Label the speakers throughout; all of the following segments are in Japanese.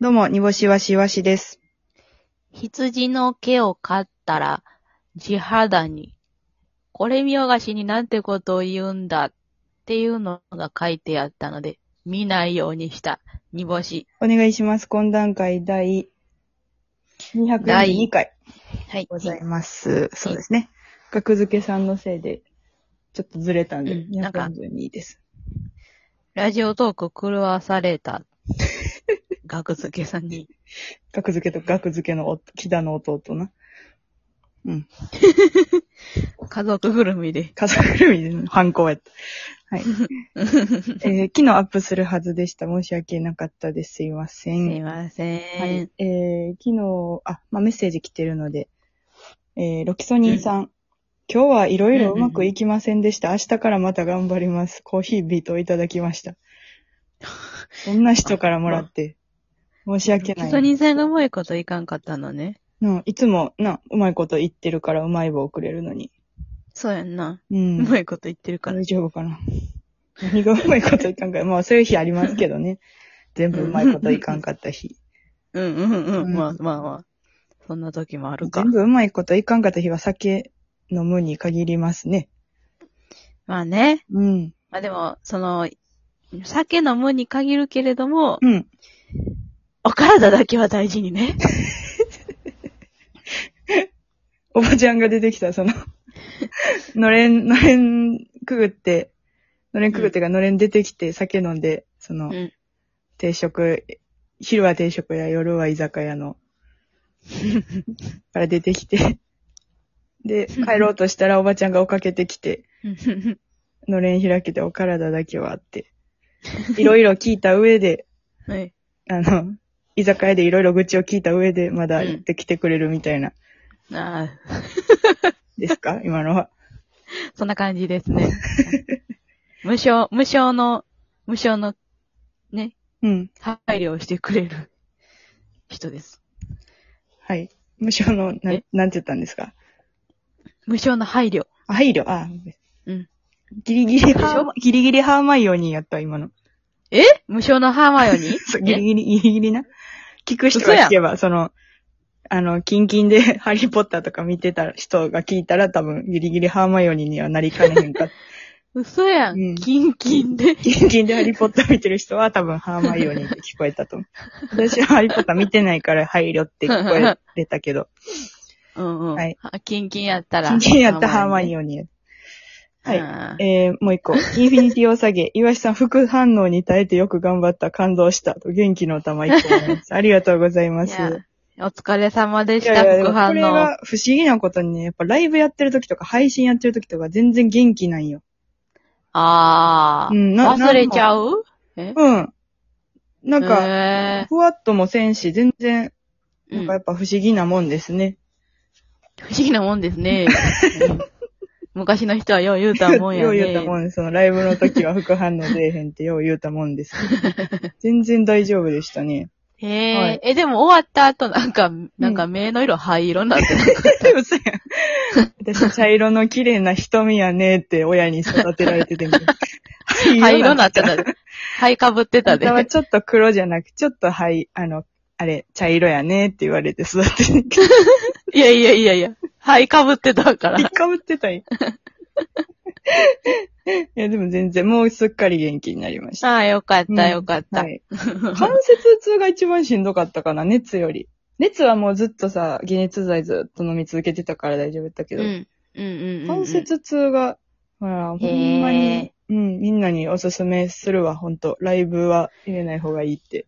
Speaker 1: どうも、煮干しはしわしです。
Speaker 2: 羊の毛を刈ったら、地肌に、これ見よがしになんてことを言うんだっていうのが書いてあったので、見ないようにした、煮干し。
Speaker 1: お願いします。懇談会第242回
Speaker 2: はい。
Speaker 1: ございます。そうですね。格付けさんのせいで、ちょっとずれたんで、
Speaker 2: うんなんか
Speaker 1: 242です。
Speaker 2: ラジオトーク狂わされ た。学付けさんに。
Speaker 1: 格付けと格付けの夫木田の弟な。
Speaker 2: 家族ぐるみで。
Speaker 1: 家族ぐるみで反抗やった。 はい。えー昨日アップするはずでした。申し訳なかったです。すいませ
Speaker 2: す
Speaker 1: ん。
Speaker 2: いません。
Speaker 1: はい。えー、昨日、あ、まあ、メッセージ来てるので、えー、ロキソニンさん。今日はいろいろうまくいきませんでした。明日からまた頑張ります。コーヒービートをいただきました。そんな人からもらって、申し訳な
Speaker 2: キ
Speaker 1: い。
Speaker 2: ソニンさんがうまいこといかんかったのね。
Speaker 1: うん、いつも、な、うまいこと言ってるからうまい棒くれるのに。
Speaker 2: そうやんな。
Speaker 1: う。
Speaker 2: うんまいこと言ってるから
Speaker 1: 大。丈夫かな。何がうまいこといかんか。まあ、そういう日ありますけどね。全部うまいこといかんかった日。
Speaker 2: うんうんうん。
Speaker 1: うん
Speaker 2: まあまあまあ。 そんな時もあるか
Speaker 1: 全。部うまいこといかんかった日は酒飲むに限りますね。
Speaker 2: まあね。
Speaker 1: うん。
Speaker 2: まあでも、その、酒飲むに限るけれども、
Speaker 1: うん。
Speaker 2: お体だけは大事にね。
Speaker 1: おばちゃんが出てきた、その、 のれん、のれんくぐって、のれんくぐってがのれん出てきて酒飲んで、その、
Speaker 2: うん
Speaker 1: 定食、昼は定食や夜は居酒屋 の、から出てきて、 で、帰ろうとしたらおばちゃんが追っかけてきて、のれん開けてお体だけはあって、いろいろ聞いた上で、
Speaker 2: はい。
Speaker 1: あの、居酒屋でいろいろ愚痴を聞いた上で、まだ行ってきてくれるみたいな、
Speaker 2: ああ、
Speaker 1: ですか今のは。
Speaker 2: そんな感じですね。 無償、無償の、無償の、ね、
Speaker 1: うん。
Speaker 2: 配慮をしてくれる人です。
Speaker 1: はい。無償の、な
Speaker 2: え
Speaker 1: なんて言ったんですか
Speaker 2: 無償の配慮。
Speaker 1: あ配慮、あ、
Speaker 2: うん。
Speaker 1: ギリギリハー
Speaker 2: 無
Speaker 1: マ、ギリギリハーマイオニーやった、今の。
Speaker 2: え無償のハーマイオ ニ
Speaker 1: そう
Speaker 2: ー
Speaker 1: ギリギリ、ギリギリな。聞く人
Speaker 2: 嘘
Speaker 1: が
Speaker 2: やん
Speaker 1: 聞けば、その、あの、キンキンで ハリーポッターとか見てた人が聞いたら多分ギリギリハーマイオニーにはなりかねへ んか。
Speaker 2: 嘘や
Speaker 1: うん
Speaker 2: ん。キンキンで。
Speaker 1: キンキンでハリーポッター見てる人は多分ハーマイオニーって聞こえたと思 う。私はハリーポッター見てないから配慮って聞こえれた けど、
Speaker 2: うんうん。
Speaker 1: はい
Speaker 2: あキンキンやったら。
Speaker 1: キンキンやったハーマ
Speaker 2: オ
Speaker 1: イオニーや。はい。
Speaker 2: は
Speaker 1: えー、もう一個。インフィニティお下げ。岩井さん、副反応に耐えてよく頑張った。感動した。と元気の玉一個もらい ます。ありがとうございま
Speaker 2: い
Speaker 1: す。
Speaker 2: やお疲れ様で
Speaker 1: い
Speaker 2: した、
Speaker 1: やいや
Speaker 2: 副反
Speaker 1: これ
Speaker 2: 応。
Speaker 1: が不思議なことにね、やっぱライブやってる時とか配信やってる時とか全然元気なんよ。
Speaker 2: ああ、
Speaker 1: うんな
Speaker 2: 忘れちゃうえ
Speaker 1: うん。なんか、
Speaker 2: へ
Speaker 1: ふわっともせんし、全然、
Speaker 2: ー
Speaker 1: なん
Speaker 2: うん
Speaker 1: かやっぱ不思議なもんですね。
Speaker 2: 不思議なもんです ね。うん昔の人はよう言うたもんや
Speaker 1: よう
Speaker 2: ね。
Speaker 1: 言うたもん、そのライブの時は副反応出えへんってよう言うたもんですけ ど。全然大丈夫でしたね。
Speaker 2: へ
Speaker 1: は
Speaker 2: え
Speaker 1: い、
Speaker 2: え、でも終わった後、なんか、なんか目の色灰色にな ってる。
Speaker 1: でもさ、私、茶色の綺麗な瞳やねって親に育てられてても。
Speaker 2: 灰色になって
Speaker 1: 灰
Speaker 2: たで。灰かぶってたで
Speaker 1: 色。はちょっと黒じゃなく、ちょっと灰、あの、あれ、茶色やねって言われて育って る。
Speaker 2: いやいやいやいや、灰かぶってたから。
Speaker 1: かぶってたんやいや、でも全然、もうすっかり元気になりました。
Speaker 2: ああ、よかったよかった
Speaker 1: は。い。関節痛が一番しんどかったかな、熱より。熱はもうずっとさ、解熱剤ずっと飲み続けてたから大丈夫だったけ
Speaker 2: うん。
Speaker 1: ど、
Speaker 2: うんうんうん。
Speaker 1: 関。節痛が、ほら、ほんまに
Speaker 2: へ、
Speaker 1: うん、みんなにおすすめするわ、ほんと。ライブは入れない方がいいって。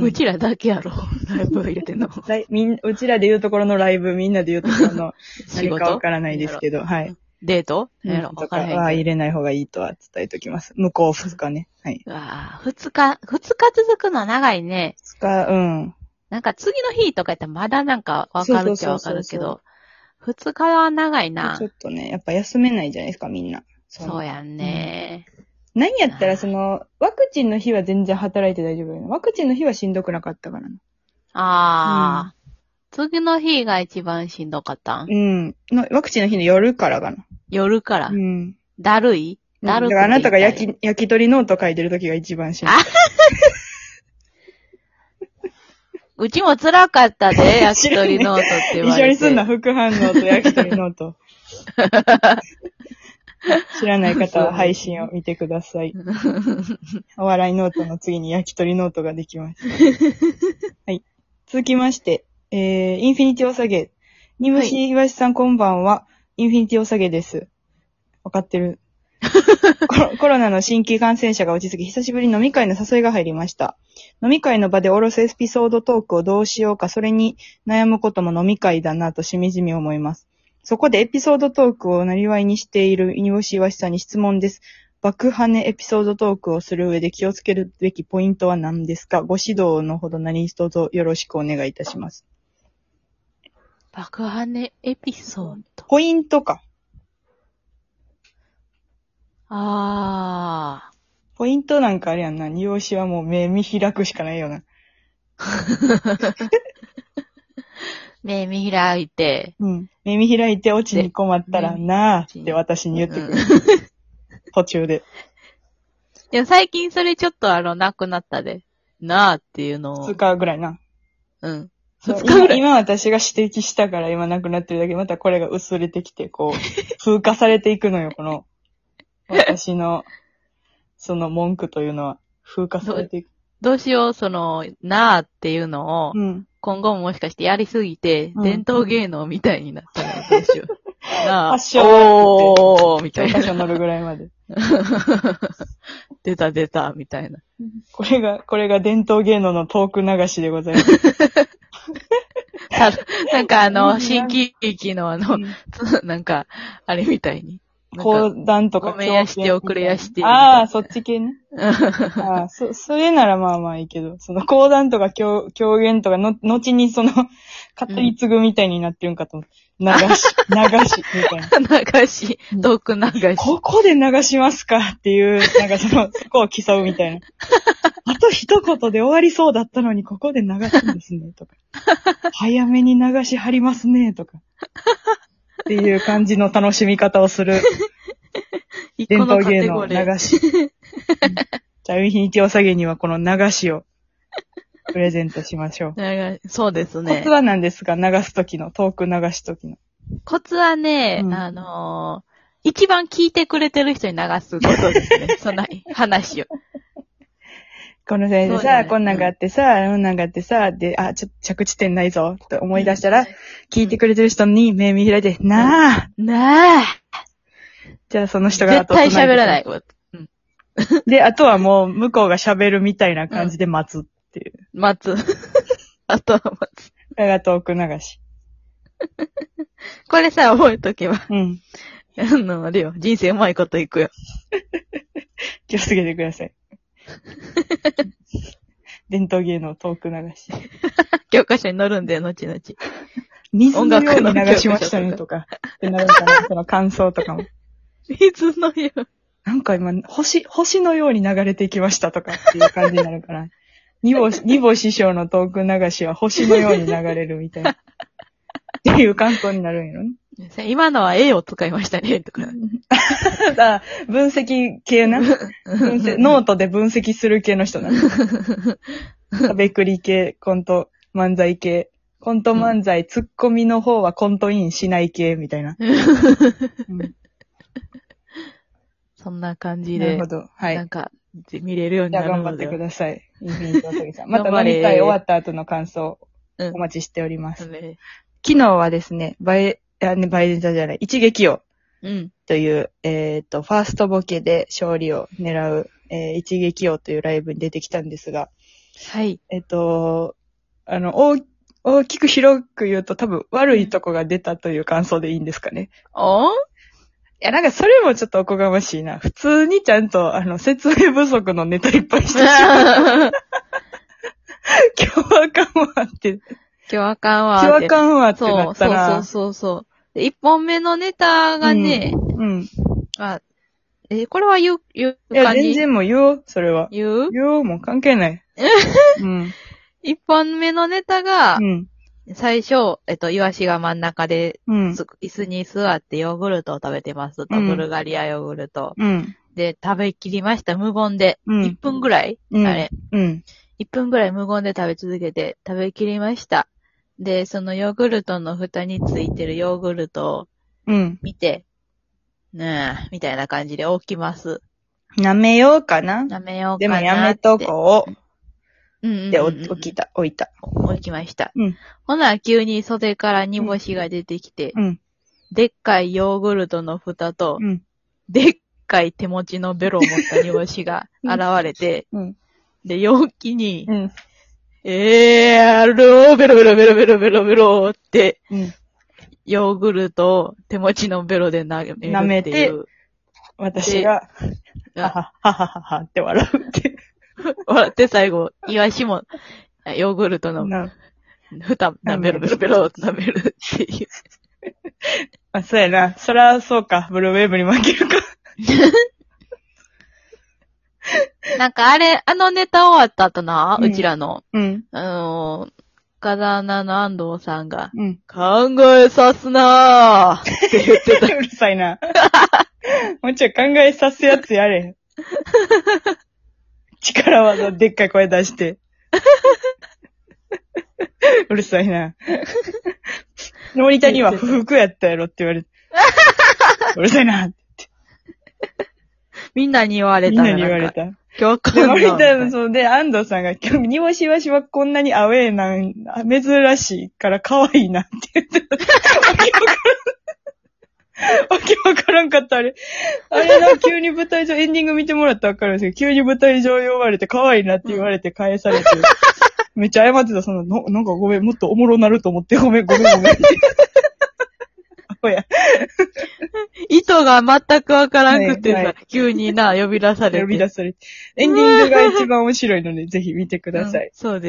Speaker 2: うちらだけやろ。ライブ入れてんの。
Speaker 1: ライみんうちらで言うところのライブ、みんなで言うところの、
Speaker 2: 仕
Speaker 1: 何かわ
Speaker 2: 事
Speaker 1: からないですけど、はい。
Speaker 2: デート
Speaker 1: うん
Speaker 2: 何やろ
Speaker 1: と
Speaker 2: わ
Speaker 1: か
Speaker 2: からへんけど
Speaker 1: は入れない方がいいとは伝えておきます。向こう2日ね。はい。
Speaker 2: うわあ、二日、二日続くの長いね。
Speaker 1: 2日、うん。
Speaker 2: なんか次の日とかやったらまだなんかわかるっちゃわかるけど、二日は長いな
Speaker 1: ちょ。っとね、やっぱ休めないじゃないですか、みんな。その
Speaker 2: そうやんね。
Speaker 1: 何やったら、その、ワクチンの日は全然働いて大丈夫よね。ワクチンの日はしんどくなかったからな。
Speaker 2: ああ、次の日が一番しんどかったん、
Speaker 1: うん。のワクチンの日の夜からかな。
Speaker 2: 夜から
Speaker 1: う。ん。
Speaker 2: だるいだ
Speaker 1: だか
Speaker 2: るくて
Speaker 1: らあなたが
Speaker 2: 痛い
Speaker 1: 焼き、焼き鳥ノート書いてる時が一番しんどい。
Speaker 2: うちも辛かっ たで、焼き
Speaker 1: 知らんね
Speaker 2: 鳥ノートって
Speaker 1: 一
Speaker 2: 言わ
Speaker 1: 緒
Speaker 2: れて。
Speaker 1: にすんな、副反応と焼き鳥ノー ト。知らない方は配信を見てください。お笑いノートの次に焼き鳥ノートができます。はい。続きまして、えー、インフィニティおさげ。にむし東さんこんばんは。インフィニティおさげです。わかってる。コロコロナの新規感染者が落ち着き、久しぶりに飲み会の誘いが入りました。飲み会の場でおろすエピソードトークをどうしようか、それに悩むことも飲み会だなとしみじみ思います。そこでエピソードトークをなりわいにしている煮干しわしさんに質問です。爆跳ねエピソードトークをする上で気をつけるべきポイントは何ですかご指導のほど何一つよろしくお願いいたします。
Speaker 2: 爆破ねエピソード。
Speaker 1: ポイントか。
Speaker 2: あ
Speaker 1: ポイントなんかあれやんな。煮干しはもう目見開くしかないよな。
Speaker 2: ー。目見開いて。
Speaker 1: うん。目見開いて落ちに困ったら
Speaker 2: で
Speaker 1: なーって私に言ってくる。途中で。
Speaker 2: でも最近それちょっとあの、なくなったで。なあっていうのを
Speaker 1: 2。日ぐらいな。
Speaker 2: うん。
Speaker 1: そう
Speaker 2: 二日ぐらい
Speaker 1: 今今私が指摘したから今なくなってるだけ、またこれが薄れてきて、こ う、風化されていくのよ、この、私の、その文句というのは、風化されていく。
Speaker 2: どうしよう、その、なあっていうのを、
Speaker 1: うん。
Speaker 2: 今後ももしかしてやりすぎて、
Speaker 1: うん
Speaker 2: 伝統芸能みたいになったらどう しよう。なあ。
Speaker 1: 発祥
Speaker 2: おーみた
Speaker 1: 教
Speaker 2: い
Speaker 1: 科書
Speaker 2: な。
Speaker 1: 乗るぐらいまで。
Speaker 2: 出た出た、みたいな。
Speaker 1: これが、これが伝統芸能のトーク流しでございます。
Speaker 2: たなんかあ
Speaker 1: う
Speaker 2: の、
Speaker 1: ん
Speaker 2: 新喜劇のあの、 つなんか、あれみたいに。なんか
Speaker 1: 講談とか。
Speaker 2: ごめんやしておくれやして
Speaker 1: ああ、そっち系ね。
Speaker 2: うん
Speaker 1: ああ、そ、 それならまあまあいいけど、その講談とか狂狂言とかの、後にその、語り継ぐみたいになってるんかと思って、流し、流し、みたいな。
Speaker 2: 流し、トーク流し。
Speaker 1: ここで流しますかっていう、なんかそ の、そこを競うみたいな。あと一言で終わりそうだったのに、ここで流すんですね、と か。早めに流し張りますね、とか。っていう感じの楽しみ方をする
Speaker 2: 一
Speaker 1: 伝
Speaker 2: 個の
Speaker 1: 統
Speaker 2: カ
Speaker 1: 芸
Speaker 2: テ
Speaker 1: 能
Speaker 2: ゴリー。
Speaker 1: 流し。うんじゃあ、ウィヒニティおさげにはこの流しをプレゼントしましょう。
Speaker 2: 流そうです
Speaker 1: コ
Speaker 2: ね
Speaker 1: ツ。は何ですか流すときの、トーク流すときの。
Speaker 2: コツはね、
Speaker 1: うん
Speaker 2: あのー一番聞いてくれてる人に流すことです ね。そんな話を。
Speaker 1: この先生
Speaker 2: そうだ
Speaker 1: さ、
Speaker 2: ね
Speaker 1: こんなんがあってさ、あんなんがあってさ、で、あ、ちょっと着地点ないぞ、と思い出したら、聞いてくれてる人に目見開いて、なあ
Speaker 2: なあ
Speaker 1: じゃあその人が。
Speaker 2: 絶対喋らないい。
Speaker 1: で、あとはもう、向こうが喋るみたいな感じで待つっていう。
Speaker 2: 待つ。 あとは待つ。
Speaker 1: これがトーク流し。
Speaker 2: これさ、覚えとけば。
Speaker 1: うん。
Speaker 2: あの、あれよ。人生うまいこといくよ。
Speaker 1: 気をつけてくだ さい。伝統芸能トーク流し。
Speaker 2: 教科書に載るんだよ、後々。
Speaker 1: 水のよう
Speaker 2: 音
Speaker 1: に
Speaker 2: 楽の
Speaker 1: 流しましたねとか、ってなるかな、その感想とか も。
Speaker 2: 水のよう。
Speaker 1: なんか今、星、星のように流れてきましたとかっていう感じになるから。ニボ、ニボ師匠のトーク流しは星のように流れるみたい な。っていう感想になるんやろね。
Speaker 2: 今のは A を使いましたね、とか。
Speaker 1: ただ、分析系な。分析 ノートで分析する系の人な。食べくり系、コント、漫才系。コント漫才、ツッコミの方はコントインしない系みたいな。うん
Speaker 2: そんな感じ
Speaker 1: なる
Speaker 2: で
Speaker 1: ほ、ど。はい。
Speaker 2: なんか、見れるように
Speaker 1: じゃ
Speaker 2: な
Speaker 1: あ
Speaker 2: る
Speaker 1: 頑張
Speaker 2: の
Speaker 1: って
Speaker 2: で
Speaker 1: く
Speaker 2: は。
Speaker 1: ださい。インフィニティおさぎさん。ま
Speaker 2: 頑
Speaker 1: た
Speaker 2: 張
Speaker 1: 飲
Speaker 2: れ
Speaker 1: み会終わった後の感想、
Speaker 2: うん
Speaker 1: お待ちしております。
Speaker 2: ね
Speaker 1: 昨日はですね、バイ、あ、ね、バイデンじゃない、一撃を
Speaker 2: うん。
Speaker 1: という、えっ、と、ファーストボケで勝利を狙う、えー一撃をというライブに出てきたんですが、
Speaker 2: はい。
Speaker 1: えっ、と、あの、大大きく広く言うと多分悪いとこが出たという感想でいいんですかね。
Speaker 2: お ん
Speaker 1: いや、なんかそれもちょっとおこがましいな。普通にちゃんと、あの、説明不足のネタいっぱいしてし まう。今日はかもあって。
Speaker 2: 今日あかんわ。
Speaker 1: 違和感はってな
Speaker 2: そ
Speaker 1: っ
Speaker 2: う、
Speaker 1: た
Speaker 2: そ
Speaker 1: な。
Speaker 2: うそうそう。で、一本目のネタがね、
Speaker 1: うん。い
Speaker 2: あ、え、これは言う、言う
Speaker 1: や、
Speaker 2: 感じ
Speaker 1: 全然もう言おう、それは。
Speaker 2: 言う
Speaker 1: 言おうもう関係 ない。うん。
Speaker 2: 一本目のネタが
Speaker 1: う、ん。
Speaker 2: 最初、えっと、イワシが真ん中で、
Speaker 1: うん。
Speaker 2: す椅子に座ってヨーグルトを食べてますと。
Speaker 1: うん
Speaker 2: ブルガリアヨーグルト。
Speaker 1: うん。
Speaker 2: で、食べきりました、無言で。
Speaker 1: うん
Speaker 2: 1分ぐらい、
Speaker 1: うん
Speaker 2: あれ。
Speaker 1: うん。
Speaker 2: 1分ぐらい無言で食べ続けて食べきりました。で、そのヨーグルトの蓋についてるヨーグルトを
Speaker 1: うん。
Speaker 2: 見て、ねえ、みたいな感じで起きます。
Speaker 1: 舐めようかな。
Speaker 2: やめよう
Speaker 1: で
Speaker 2: かな
Speaker 1: も
Speaker 2: って。
Speaker 1: やめとこう。
Speaker 2: うんうんうんうん。
Speaker 1: で、お起きた、置いた。
Speaker 2: 起きました。
Speaker 1: うん
Speaker 2: ほな、急に袖から煮干しが出てきて、
Speaker 1: うん。
Speaker 2: でっかいヨーグルトの蓋と、
Speaker 1: うん。
Speaker 2: でっかい手持ちのベロを持った煮干しが現れて、
Speaker 1: うん。
Speaker 2: で、容器に、
Speaker 1: うん。
Speaker 2: えー、あろー、ベロベロベロベロベロベロって、
Speaker 1: うん。
Speaker 2: ヨーグルトを手持ちのベロで舐める
Speaker 1: 舐め
Speaker 2: ってい
Speaker 1: て
Speaker 2: う。
Speaker 1: 私が、
Speaker 2: で
Speaker 1: ははははははって笑うって。
Speaker 2: 笑って最後、イワシも、ヨーグルトの
Speaker 1: な
Speaker 2: 蓋、
Speaker 1: 舐め
Speaker 2: ベロベロベロって舐めるっていう。
Speaker 1: あ、そうやな。そら、そうか。ブルーウェーブに負けるか。
Speaker 2: なんかあれ、あのネタ終わった後な、
Speaker 1: うん
Speaker 2: うちらの、
Speaker 1: うん。
Speaker 2: あのー、岡田奈の安藤さんが、
Speaker 1: うん。
Speaker 2: 考えさすなーって言って
Speaker 1: う
Speaker 2: た。
Speaker 1: るさいな。 もうちょい考えさすやつや れ。力技でっかい声出して。 うるさいな。森谷は不服やったやろって言わ れて。うるさいな。
Speaker 2: みんなに言われ
Speaker 1: みん
Speaker 2: た
Speaker 1: な
Speaker 2: ら
Speaker 1: に言わ
Speaker 2: な
Speaker 1: れ
Speaker 2: んか。
Speaker 1: た。
Speaker 2: 今日
Speaker 1: で、
Speaker 2: か
Speaker 1: 森田も
Speaker 2: ん
Speaker 1: そうで、安藤さんが、今日、煮干しわしはこんなにアウェーなん、あ珍しいから可愛いなって言ってた。わけわからん。わけわからんかった、あれ。あれな、急に舞台上、エンディング見てもらったらわかるんですけど、急に舞台上呼ばれて可愛いなって言われて返されて、めっちゃ謝ってた、その、のなんかごめん、もっとおもろなると思って、ごめん、ごめん、ご めんって。アホや、
Speaker 2: 意図が全くわからんくて
Speaker 1: はいは
Speaker 2: さ、急にな、呼び出されて。
Speaker 1: 呼び出
Speaker 2: さ
Speaker 1: されて。エンディングが一番面白いので、ぜひ見てください。
Speaker 2: そうです。